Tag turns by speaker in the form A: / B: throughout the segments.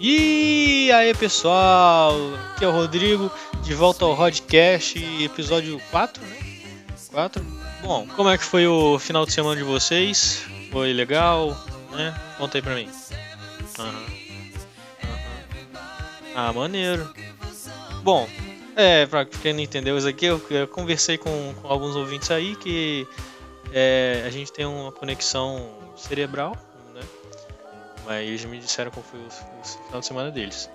A: E aí pessoal, aqui é o Rodrigo, de volta ao Rodcast, episódio 4, né? 4. Bom, como é que foi o final de semana de vocês? Foi legal, né? Conta aí pra mim. Aham. Aham. Ah, maneiro. Bom, é, pra quem não entendeu isso aqui, eu, eu conversei com, com alguns ouvintes aí que é, a gente tem uma conexão cerebral, né? Mas eles me disseram como foi o, o final de semana deles.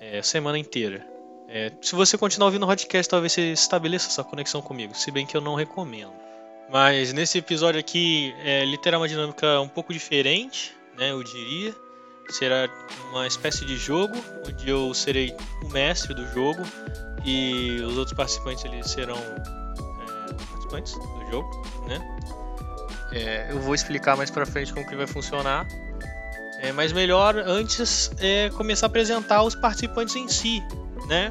A: É, semana inteira. É, se você continuar ouvindo o podcast, talvez você estabeleça essa conexão comigo, se bem que eu não recomendo. Mas nesse episódio aqui, é, literal uma dinâmica um pouco diferente, né? Eu diria. Será uma espécie de jogo, onde eu serei o mestre do jogo e os outros participantes eles serão é, participantes do jogo, né? É, eu vou explicar mais pra frente como que vai funcionar. É, mas melhor antes é começar a apresentar os participantes em si, né?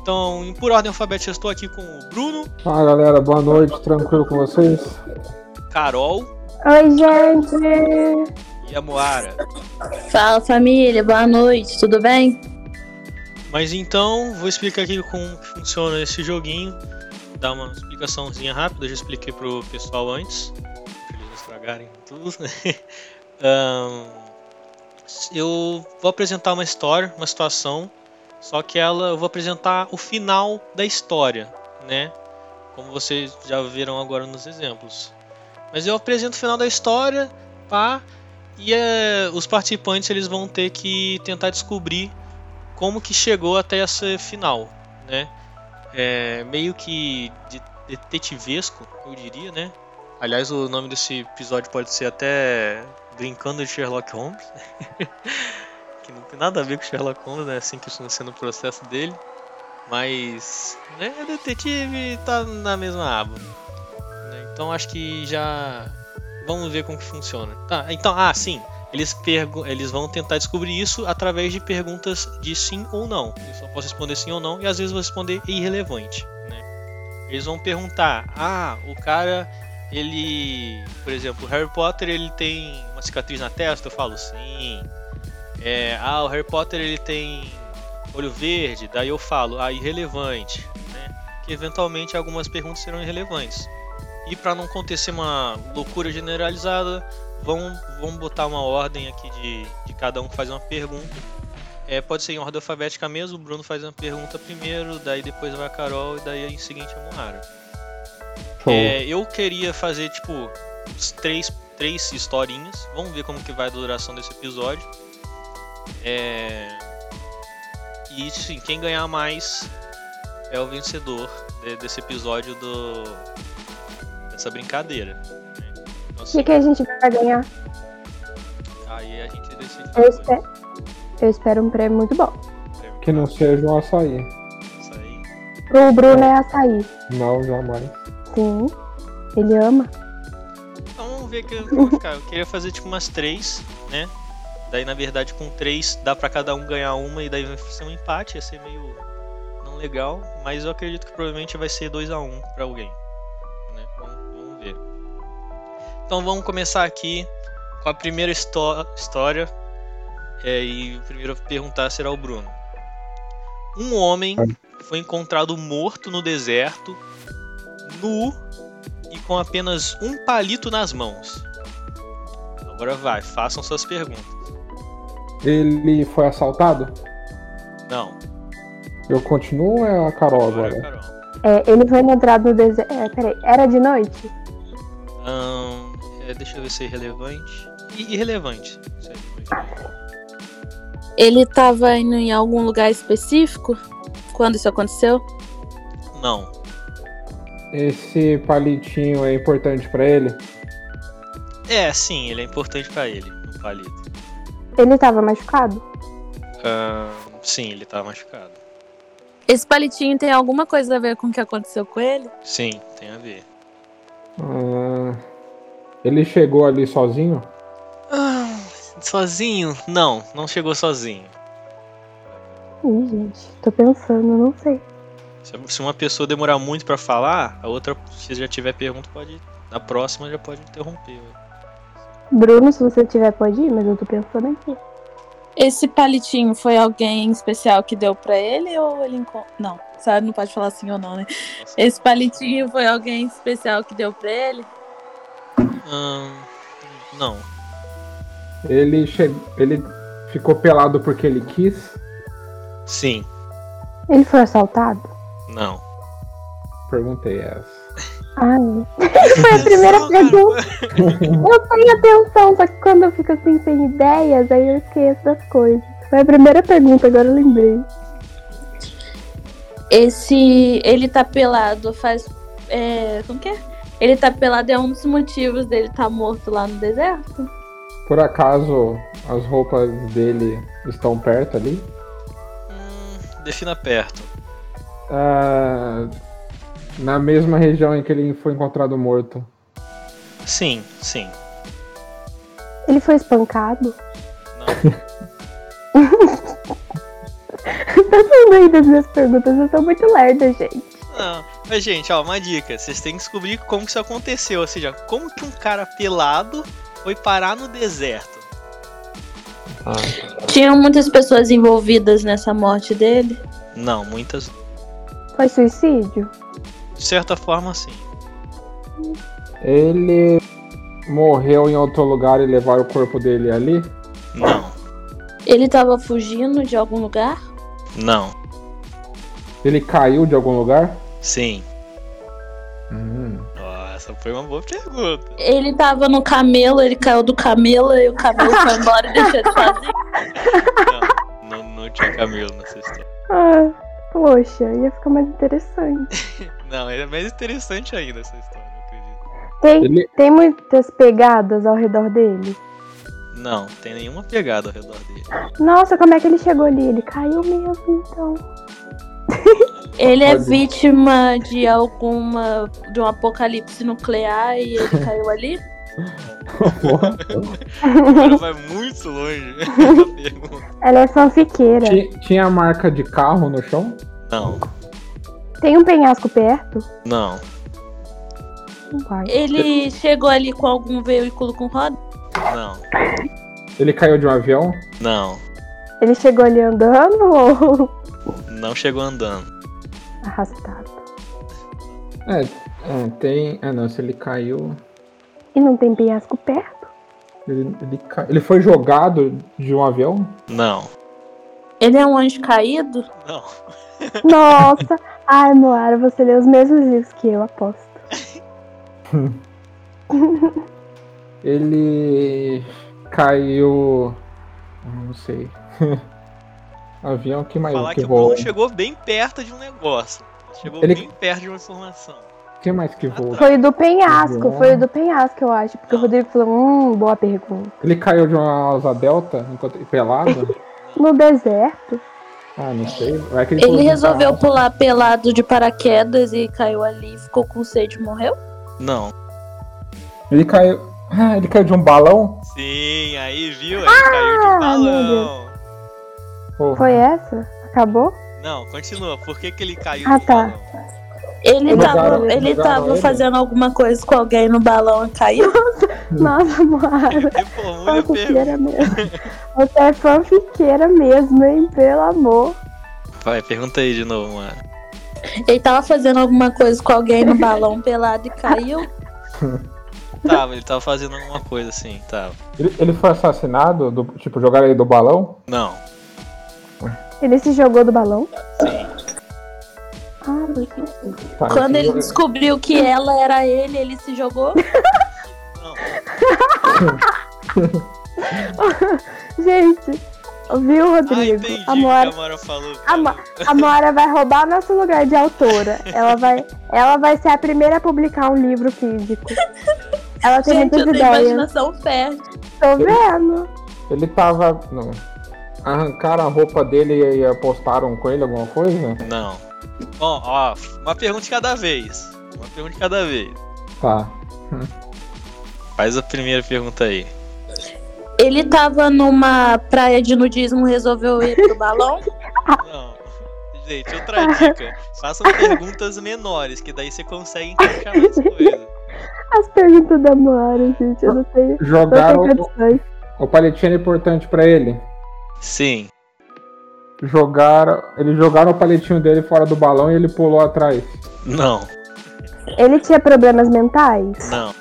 A: Então, em- por ordem alfabética, eu estou aqui com o Bruno,
B: Fala galera, boa noite, tranquilo com vocês?
A: Carol
C: Oi, gente!
A: e a Moara.
C: Fala, família, boa noite, tudo bem?
A: Mas então, vou explicar aqui como que funciona esse joguinho. Dar uma explicaçãozinha rápida, eu já expliquei pro pessoal antes. Pra eles não estragarem tudo. né? Ahn, eu vou apresentar uma história, uma situação. Só que ela, eu vou apresentar o final da história, né? Como vocês já viram agora nos exemplos. Mas eu apresento o final da história, pá. E eh, os participantes eles vão ter que tentar descobrir como que chegou até essa final, né? É meio que de- detetivesco, eu diria, né? Aliás, o nome desse episódio pode ser até Brincando de Sherlock Holmes, que não tem nada a ver com Sherlock Holmes, né? Assim que isso sendo o processo dele, mas né, é detetive tá na mesma aba. né? Então acho que já vamos ver como que funciona. Tá, então, ah, sim. Eles, pergu- eles vão tentar descobrir isso através de perguntas de sim ou não. Eu só posso responder sim ou não e às vezes vou responder irrelevante. Né? Eles vão perguntar: ah, o cara, ele. Por exemplo, o Harry Potter ele tem uma cicatriz na testa? Eu falo sim. É, ah, o Harry Potter ele tem olho verde? Daí eu falo: ah, irrelevante. Né? Que eventualmente algumas perguntas serão irrelevantes. E para não acontecer uma loucura generalizada, vamos, vamos botar uma ordem aqui de, de cada um que faz uma pergunta. É, pode ser em ordem alfabética mesmo, o Bruno faz uma pergunta primeiro, daí depois vai a Carol e daí em seguinte a Moara.
B: Show.
A: É, eu queria fazer, tipo, uns três, três historinhas. Vamos ver como que vai a duração desse episódio. É... E, sim, quem ganhar mais é o vencedor de- desse episódio do... dessa brincadeira. né? Então,
C: O
A: assim,
C: que, que a gente vai ganhar?
A: Aí a gente decide
C: Eu
A: depois.
C: espero, eu espero um prêmio muito bom.
B: Que não seja um açaí.
A: Isso aí.
C: Pro Bruno é açaí.
B: Não, jamais.
C: Sim, ele ama.
A: Então vamos ver que como vai ficar. Eu queria fazer tipo umas três, né? Daí na verdade com três dá pra cada um ganhar uma e daí vai ser um empate, ia ser meio não legal, mas eu acredito que provavelmente vai ser 2 a 1 um para alguém, né? Vamos, vamos ver. Então vamos começar aqui com a primeira histó- história. É, e o primeiro a perguntar será o Bruno. Um homem
B: Tá.
A: foi encontrado morto no deserto, nu e com apenas um palito nas mãos. Agora vai, façam suas perguntas.
B: Ele foi assaltado?
A: Não,
B: Eu continuo ou é a Carol
A: agora, Carol.
B: agora?
C: É, ele foi encontrado no deserto. É, peraí, era de noite?
A: Ahn, é, deixa eu ver se é relevante. I irrelevante. Isso é relevante.
D: Ele tava indo em algum lugar específico quando isso aconteceu?
A: Não,
B: Esse palitinho é importante pra ele?
A: é sim, ele é importante pra ele, o palito.
C: Ele tava machucado?
A: Ahn, sim, ele tá machucado.
D: Esse palitinho tem alguma coisa a ver com o que aconteceu com ele?
A: Sim, tem a ver.
B: Ah, ele chegou ali sozinho?
A: Ah, sozinho? Não, não chegou sozinho.
C: Ih, gente, tô pensando, não sei.
A: Se se uma pessoa demorar muito pra falar, a outra, se já tiver pergunta, pode. Na próxima já pode interromper.
C: Bruno, se você tiver, pode ir, mas eu tô pensando aqui.
D: Esse palitinho foi alguém especial que deu pra ele ou ele encontrou? Não, sabe, não pode falar assim ou não, né?
A: Nossa.
D: Esse palitinho foi alguém especial que deu pra ele?
A: Ahn, não.
B: Ele, che... ele ficou pelado porque ele quis?
A: Sim.
C: Ele foi assaltado?
A: Não.
B: Perguntei essa.
C: Ai. foi a primeira
A: Atenção, cara.
C: pergunta. Eu tenho atenção, só que quando eu fico assim sem ideias, aí eu esqueço das coisas. Foi a primeira pergunta, agora eu lembrei.
D: Esse. Ele tá pelado faz. É, como que é? Ele tá pelado é um dos motivos dele tá morto lá no deserto?
B: Por acaso as roupas dele estão perto ali?
A: Hum, defina perto.
B: Ah, na mesma região em que ele foi encontrado morto.
A: Sim, sim.
C: Ele foi espancado?
A: Não.
C: tá sendo aí das minhas perguntas, eu sou muito lerda, gente.
A: Não. Ah, Mas, gente, ó, uma dica. Vocês têm que descobrir como que isso aconteceu. Ou seja, como que um cara pelado foi parar no deserto?
B: Ah.
D: Tinham muitas pessoas envolvidas nessa morte dele.
A: Não, muitas.
C: Foi suicídio?
A: De certa forma, sim.
B: Ele morreu em outro lugar e levaram o corpo dele ali?
A: Não.
D: Ele tava fugindo de algum lugar?
A: Não.
B: Ele caiu de algum lugar?
A: Sim.
B: Hum.
A: Ó, essa foi uma boa pergunta.
D: Ele tava no camelo, ele caiu do camelo e o camelo foi embora e deixou ele sozinho.
A: Não, não tinha Camilo nessa história.
C: Ah, poxa, ia ficar mais interessante.
A: Não, é mais interessante ainda essa história, eu acredito.
C: Tem,
B: Ele-
C: tem muitas pegadas ao redor dele?
A: Não, tem nenhuma pegada ao redor dele.
C: Nossa, como é que ele chegou ali? Ele caiu mesmo, então.
D: Ele é
B: Pode.
D: vítima de alguma. de um apocalipse nuclear e ele caiu ali?
B: Porra.
A: O cara vai muito longe essa pergunta.
C: Ela é fanfiqueira.
B: Ti- Tinha marca de carro no chão?
A: Não,
C: Tem um penhasco perto?
A: não,
C: Vai.
D: Ele chegou ali com algum veículo com roda?
A: não,
B: Ele caiu de um avião?
A: não.
C: Ele chegou ali andando ou
A: Não chegou andando.
C: arrastado?
B: É, é, tem. Ah não, se ele caiu.
C: E não tem penhasco perto?
B: Ele, ele, ca- ele foi jogado de um avião?
A: Não,
D: Ele é um anjo caído?
A: não.
C: Nossa! Ai, Moara, você lê os mesmos livros que eu, aposto.
B: Ele caiu. Não sei. avião que mais
A: Falar
B: que,
A: que o
B: voa?
A: Bruno chegou bem perto de um negócio. Chegou
B: Ele-
A: bem perto de uma informação.
B: Que mais
A: Ah,
B: que voa?
A: tá.
C: Foi o do penhasco,
B: Bom.
C: foi o do penhasco, eu acho. Porque o Rodrigo falou, hum, boa pergunta.
B: Ele caiu de uma asa delta enquanto pelado?
C: No deserto?
B: ah, não sei. Vai que ele, pulou
D: Ele
B: de um
D: resolveu
B: carro.
D: pular pelado de paraquedas e caiu ali, ficou com sede e morreu?
A: Não.
B: Ele caiu. Ah, ele caiu de um balão?
A: Sim, aí viu? Aí caiu de balão.
B: Porra.
C: Foi essa? Acabou?
A: Não, continua. Por que, que ele caiu
C: Ah,
A: de
C: tá.
A: balão?
D: Ele
B: Jogaram-
D: tava, ele
B: jogaram
D: tava
B: ele?
D: fazendo alguma coisa com alguém no balão e caiu?
C: Nossa, Moara.
A: Reformula a pergunta.
C: Fanfiqueira mesmo. Você é fanfiqueira mesmo, hein? Pelo amor.
A: Vai, pergunta aí de novo, mano.
D: Ele tava fazendo alguma coisa com alguém no balão pelado e caiu?
A: Tava, ele tava fazendo alguma coisa assim, tava.
B: Ele, ele foi assassinado? do- tipo, jogaram ele do balão?
A: Não,
C: Ele se jogou do balão?
A: sim.
C: Ah, meu Deus.
B: Tá,
D: Quando ele
B: esse-
D: descobriu que ela era ele, ele se jogou.
A: Não,
C: Gente, viu,
A: ah,
C: Rodrigo?
A: entendi
C: a
A: o que
C: Moara
A: a Mora falou.
C: A, Ma a Mora vai roubar nosso lugar de autora. Ela vai, ela vai ser a primeira a publicar um livro físico. Ela tem
D: Gente, eu
C: muitas
D: tenho
C: ideias.
D: imaginação fértil.
C: Tô vendo.
B: Ele tava. Não. Arrancaram a roupa dele e apostaram com ele alguma coisa?
A: Não. Bom, ó, uma pergunta de cada vez. Uma pergunta de cada vez.
B: Tá.
A: Faz a primeira pergunta aí.
D: Ele tava numa praia de nudismo, resolveu ir pro balão.
A: Não. Gente, outra dica. Façam perguntas menores, que daí você consegue encaixar mais coisas.
C: As perguntas da Mora, gente. Eu não tenho. Não
B: Jogaram.
C: tenho condições.
B: O palitinho era importante pra ele.
A: Sim.
B: Jogaram, eles jogaram o palitinho dele fora do balão e ele pulou atrás.
A: Não,
C: Ele tinha problemas mentais?
A: não,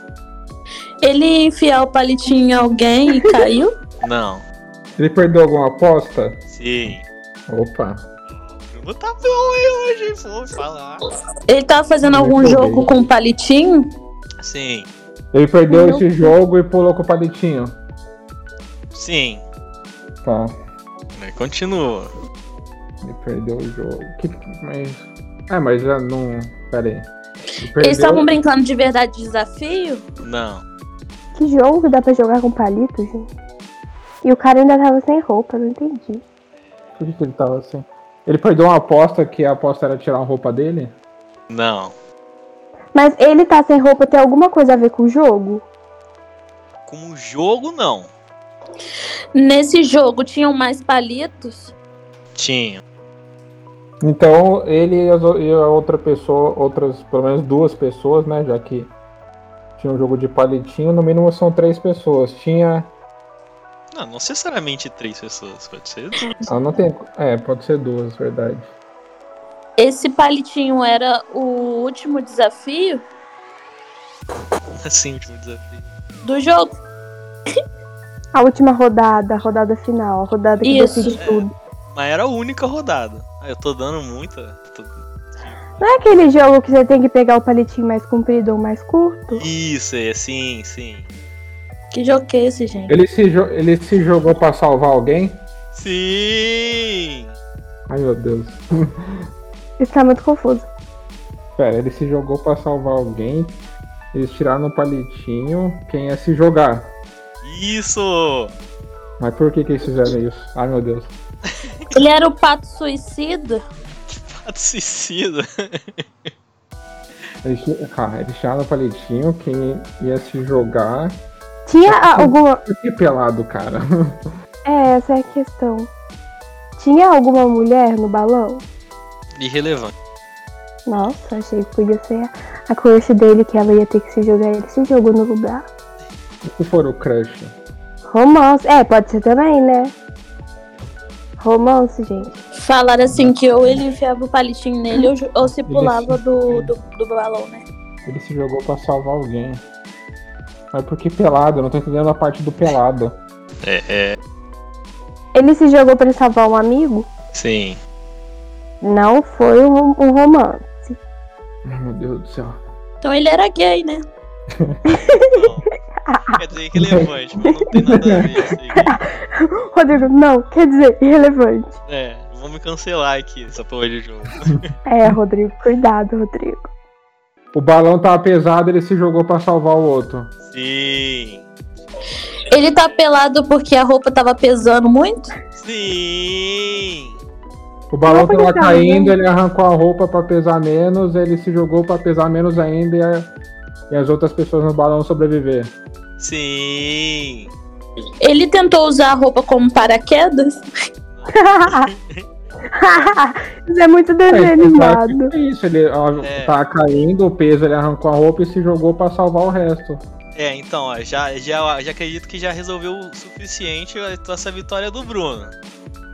D: Ele enfiar o palitinho em alguém e caiu?
A: não.
B: Ele perdeu alguma aposta?
A: Sim.
B: Opa.
A: Bruno tá bom aí hoje, vou falar.
D: Ele tava fazendo algum
B: Muito
D: jogo
B: bem.
D: com o palitinho?
A: Sim,
B: Ele perdeu
D: Meu
B: esse jogo e pulou com o palitinho.
A: sim.
B: Tá.
A: Mas Continua.
B: Ele perdeu o jogo. Que, que- mas. É, mas já não. Pera aí. Ele perdeu-
D: Eles estavam brincando de verdade de desafio?
A: Não.
C: Que jogo que dá pra jogar com palito, gente? E o cara ainda tava sem roupa, não entendi.
B: Por que que ele tava assim? Ele perdeu uma aposta que a aposta era tirar a roupa dele?
A: Não.
C: Mas ele tá sem roupa tem alguma coisa a ver com o jogo?
A: Com o jogo, não.
D: Nesse jogo tinham mais palitos?
A: Tinha.
B: Então ele e, as o- e a outra pessoa, outras, pelo menos duas pessoas, né? Já que tinha um jogo de palitinho, no mínimo são três pessoas. Tinha.
A: Não, não necessariamente três pessoas, pode ser.
B: Ah, não tem. É, pode ser duas, verdade.
D: Esse palitinho era o último desafio
A: Assim, o último desafio.
D: do jogo?
C: A última rodada, a rodada final, a rodada que
D: Isso.
C: decide tudo.
A: Mas era a única rodada. Ah, eu tô dando muita. tô-
C: Não é aquele jogo que você tem que pegar o palitinho mais comprido ou mais curto?
A: Isso, é, sim, sim.
D: Que jogo que é esse, gente?
B: Ele se, jo- ele se jogou pra salvar alguém?
A: Sim!
B: Ai meu Deus.
C: Isso tá muito confuso.
B: Pera, ele se jogou pra salvar alguém. Eles tiraram o palitinho. Quem ia se jogar?
A: Isso!
B: Mas por que, que eles fizeram isso? Ai meu Deus.
D: Ele era o pato suicida?
A: Pato Tá suicida.
B: Eles, ti- cara, eles tiraram o palitinho. Quem ia se jogar?
C: Tinha a- alguma.
B: Por que pelado, cara?
C: É, essa é a questão. Tinha alguma mulher no balão?
A: Irrelevante.
C: Nossa, achei que podia ser a crush dele que ela ia ter que se jogar. Ele se jogou no lugar.
B: E se for o crush?
C: Romance. É, pode ser também, né? Romance, gente.
D: Falaram assim que ou ele enfiava o palitinho nele ou, ou se pulava do, do, do balão, né?
B: Ele se jogou pra salvar alguém. Mas por que pelado? Eu não tô entendendo a parte do pelado.
C: Ele se jogou pra salvar um amigo?
A: Sim.
C: Não foi um, um romance.
B: Ai meu Deus do céu.
D: Então ele era gay, né?
A: Não. Quer dizer, irrelevante, mas não tem nada a ver isso aí.
C: Rodrigo, não, quer dizer, irrelevante.
A: É, vão me cancelar aqui essa porra de jogo.
C: É, Rodrigo, cuidado, Rodrigo.
B: O balão tava pesado, ele se jogou pra salvar o outro.
A: Sim!
D: Ele tá pelado porque a roupa tava pesando muito?
A: Sim!
B: O balão
C: Não,
B: tava
C: coitado,
B: caindo,
C: né?
B: ele arrancou a roupa pra pesar menos, ele se jogou pra pesar menos ainda e, a- e as outras pessoas no balão sobreviver.
A: Sim!
D: Ele tentou usar a roupa como paraquedas?
C: Isso é muito desenho
B: É, então, claro
C: animado.
B: que é isso, ele ó,
A: É.
B: tava caindo, o peso, ele arrancou a roupa e se jogou pra salvar o resto.
A: É, então, ó, já, já, já acredito que já resolveu o suficiente essa vitória do Bruno.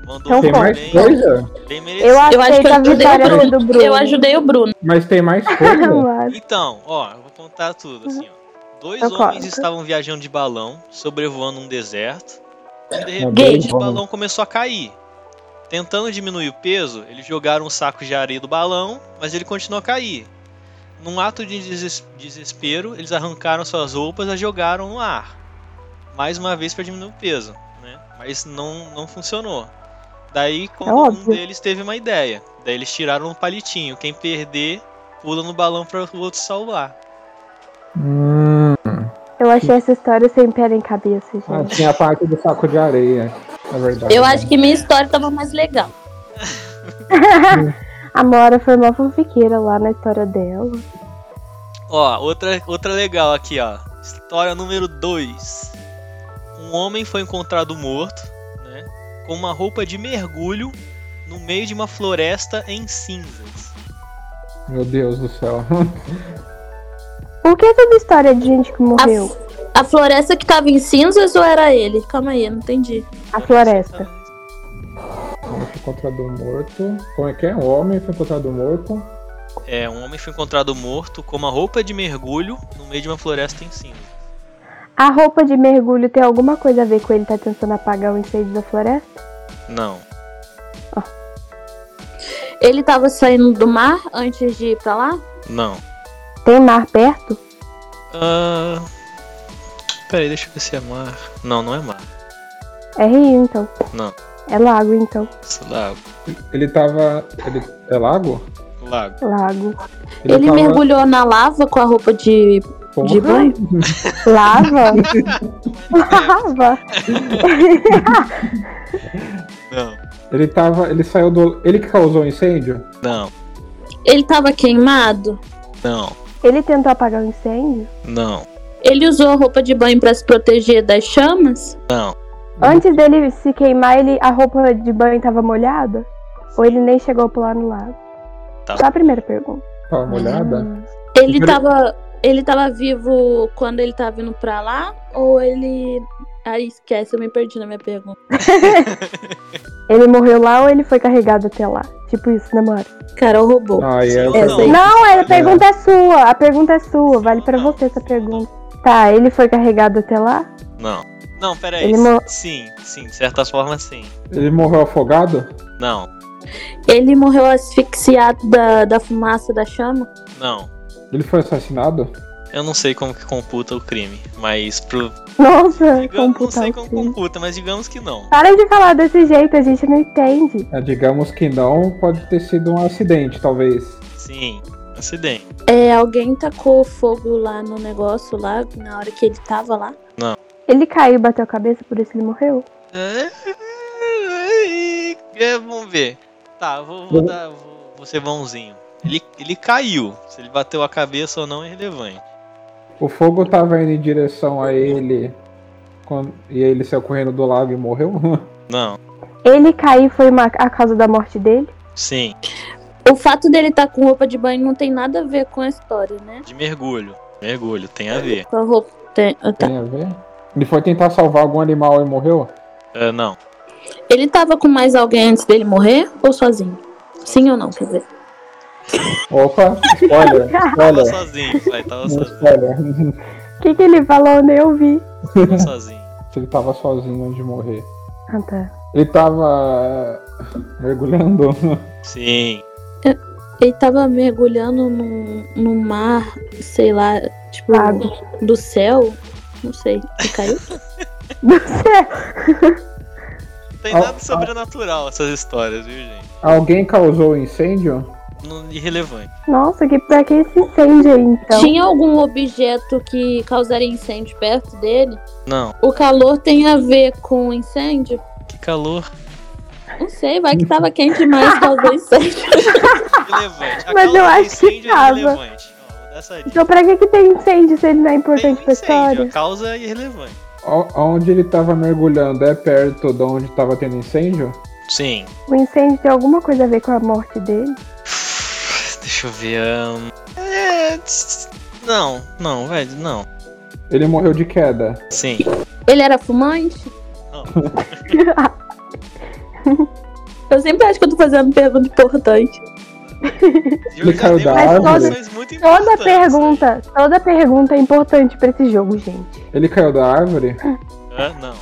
A: Mandou
C: Então
B: Tem
C: conta.
A: bem,
B: mais coisa?
A: bem merecido.
C: Eu
D: Eu acho
C: aceito
D: que eu
C: a
D: ajudei
C: vitória
D: o Bruno.
C: do Bruno.
D: Eu ajudei o Bruno.
B: Mas tem mais
D: é
B: coisa?
C: Mas-
A: Então, ó, eu vou contar tudo assim, ó. Dois
C: Eu
A: homens
C: conto.
A: estavam viajando de balão, sobrevoando um deserto, e de repente
D: Gay.
A: o balão começou a cair. Tentando diminuir o peso, eles jogaram um saco de areia do balão, mas ele continuou a cair. Num ato de deses- desespero, eles arrancaram suas roupas e as jogaram no ar. Mais uma vez para diminuir o peso, né? Mas não, não funcionou. Daí,
D: É
A: quando um
C: óbvio.
A: deles teve uma ideia, daí eles tiraram um palitinho. Quem perder, pula no balão para o outro salvar.
B: Hum,
C: Eu achei essa história sem pé nem cabeça, gente.
B: ah, tinha a parte do saco de areia, na verdade. né?
D: Eu acho que minha história tava mais legal.
C: A Mora foi uma fanfiqueira lá na história dela.
A: Ó, outra, outra legal aqui, ó. História número 2. Um homem foi encontrado morto, né? Com uma roupa de mergulho no meio de uma floresta em cinzas.
B: Meu Deus do céu.
C: Por que toda história de gente que
D: A,
C: morreu?
D: a floresta que tava em cinzas ou era ele? Calma aí, eu não entendi.
C: A floresta.
B: encontrado morto. Como é que é? Um homem foi encontrado morto.
A: É, um homem foi encontrado morto com uma roupa de mergulho no meio de uma floresta em cinza.
C: A roupa de mergulho tem alguma coisa a ver com ele tá tentando apagar o incêndio da floresta?
A: Não.
D: Ele tava saindo do mar antes de ir pra lá?
A: Não.
C: Tem mar perto?
A: Ah, Peraí, deixa eu ver se é mar. Não, não é mar.
C: É rio, então.
A: Não.
C: É lago, então.
A: Isso é Lago.
B: Ele tava. Ele... É lago?
A: Lago.
C: Lago.
D: Ele
B: tava-
D: mergulhou na lava com a roupa de.
B: Porra,
D: de banho?
C: Lava? Lava?
A: Não.
B: Ele tava. Ele saiu do. Ele que causou o incêndio?
A: Não.
D: Ele tava queimado?
A: Não.
C: Ele tentou apagar o incêndio?
A: Não.
D: Ele usou a roupa de banho pra se proteger das chamas?
A: Não.
C: Antes dele se queimar, ele, a roupa de banho tava molhada? Ou ele nem chegou a pular no lago?
A: Tá.
C: Só a primeira pergunta.
B: Tava molhada?
D: Ele
B: Ele-
D: tava. Ele tava vivo quando ele tava indo pra lá? Ou ele. Ai, esquece, eu me perdi na minha pergunta.
C: Ele morreu lá ou ele foi carregado até lá? Tipo isso, namora.
D: Carol roubou.
B: Ah, e
A: Não.
B: essa.
D: Essa aí.
C: Não, a é pergunta é sua. A pergunta é sua. Vale pra você essa pergunta. Tá, ele foi carregado até lá?
A: Não. Não, peraí.
C: Ele mo-
A: Sim, sim, de certa forma sim.
B: Ele morreu afogado?
A: Não,
D: Ele morreu asfixiado da, da fumaça da chama?
A: não.
B: Ele foi assassinado?
A: Eu não sei como que computa o crime, mas pro.
C: Nossa,
A: Digamos, não sei
C: computar
A: como
C: o crime.
A: computa, mas digamos que não.
C: Para de falar desse jeito, a gente não entende.
B: Ah, digamos que não, pode ter sido um acidente, talvez.
A: Sim, acidente.
D: É, alguém tacou fogo lá no negócio lá, na hora que ele tava lá?
C: Ele caiu e bateu a cabeça, por isso ele morreu?
A: É, é, vamos ver. Tá, vou, vou dar. Vou, vou ser bonzinho. Ele, ele caiu. Se ele bateu a cabeça ou não é irrelevante.
B: O fogo tava indo em direção a ele quando- e ele saiu correndo do lago e morreu?
A: Não.
C: Ele cair foi uma- a causa da morte dele?
A: Sim,
D: O fato dele estar com roupa de banho não tem nada a ver com a história, né?
A: de mergulho. Mergulho, tem a ver.
D: Com a roupa. tem- ah, tá.
B: Tem a ver? Ele foi tentar salvar algum animal e morreu?
A: É, não.
D: Ele tava com mais alguém antes dele morrer ou sozinho? Sim ou não, quer dizer?
B: Opa, spoiler,
A: Tava
B: spoiler,
A: sozinho, vai, tava
B: um
A: sozinho.
B: spoiler.
C: O que, que ele falou? Eu nem ouvi.
A: Tava sozinho.
B: Ele tava sozinho antes de morrer.
C: Ah, tá.
B: Ele tava mergulhando.
A: Sim.
D: Ele tava mergulhando num, num mar, sei lá, tipo,
C: Lago.
D: do céu. Não sei. Ele caiu?
A: Não tem
B: Al-
A: nada sobrenatural essas histórias, viu, gente?
B: Alguém causou o incêndio?
A: Não, irrelevante.
C: Nossa, que, pra que esse incêndio aí, então?
D: Tinha algum objeto que causaria incêndio perto dele?
A: Não,
D: O calor tem a ver com incêndio?
A: que calor.
D: Não sei, vai que tava quente demais e causou incêndio.
A: Irrelevante. A
C: Mas
A: causa
C: eu
A: do
C: acho que
A: incêndio é
C: tava.
A: irrelevante. Ó, vou dar essa dica.
C: Então pra que, que tem incêndio se ele não é
A: Tem um
C: importante pra
A: incêndio, a
C: história?
A: causa é irrelevante.
B: O- Onde ele tava mergulhando é perto de onde tava tendo incêndio?
A: Sim.
C: O incêndio tem alguma coisa a ver com a morte dele?
A: Deixa eu ver. ahn, É. tss, Não, não, velho, não.
B: Ele morreu de queda.
A: Sim.
D: Ele era fumante?
A: Não.
D: Eu sempre acho que eu tô fazendo pergunta importante.
A: Eu já
B: caiu
A: dei
B: da
A: umas
B: árvore?
A: informações muito
C: Toda
A: importantes né? aí.
C: pergunta, toda pergunta é importante pra esse jogo, gente.
B: Ele caiu da árvore?
A: Hã? É, não.